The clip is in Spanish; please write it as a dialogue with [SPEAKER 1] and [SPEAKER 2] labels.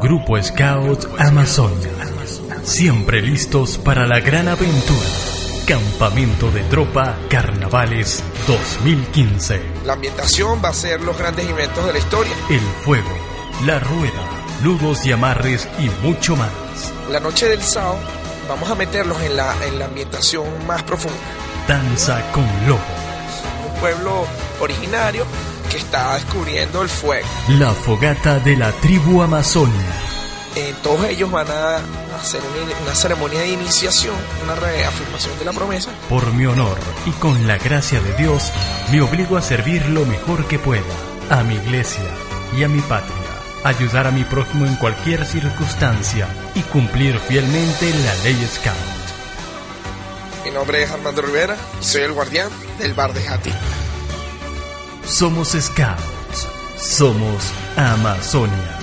[SPEAKER 1] Grupo Scout Amazonia. Siempre listos para la gran aventura. Campamento de Tropa Carnavales 2015.
[SPEAKER 2] La ambientación va a ser los grandes inventos de la historia.
[SPEAKER 1] El fuego, la rueda, nudos y amarres y mucho más.
[SPEAKER 2] La noche del sábado vamos a meterlos en la, en la ambientación más profunda.
[SPEAKER 1] Danza con lobos.
[SPEAKER 2] Un pueblo originario que está descubriendo el fuego.
[SPEAKER 1] La fogata de la tribu Amazonia.
[SPEAKER 2] Eh, todos ellos van a hacer una, una ceremonia de iniciación, una reafirmación de la promesa.
[SPEAKER 1] Por mi honor y con la gracia de Dios, me obligo a servir lo mejor que pueda a mi iglesia y a mi patria, ayudar a mi prójimo en cualquier circunstancia y cumplir fielmente la ley Scout.
[SPEAKER 2] Mi nombre es Armando Rivera, soy el guardián del bar de Jati.
[SPEAKER 1] Somos Scouts, somos Amazonia.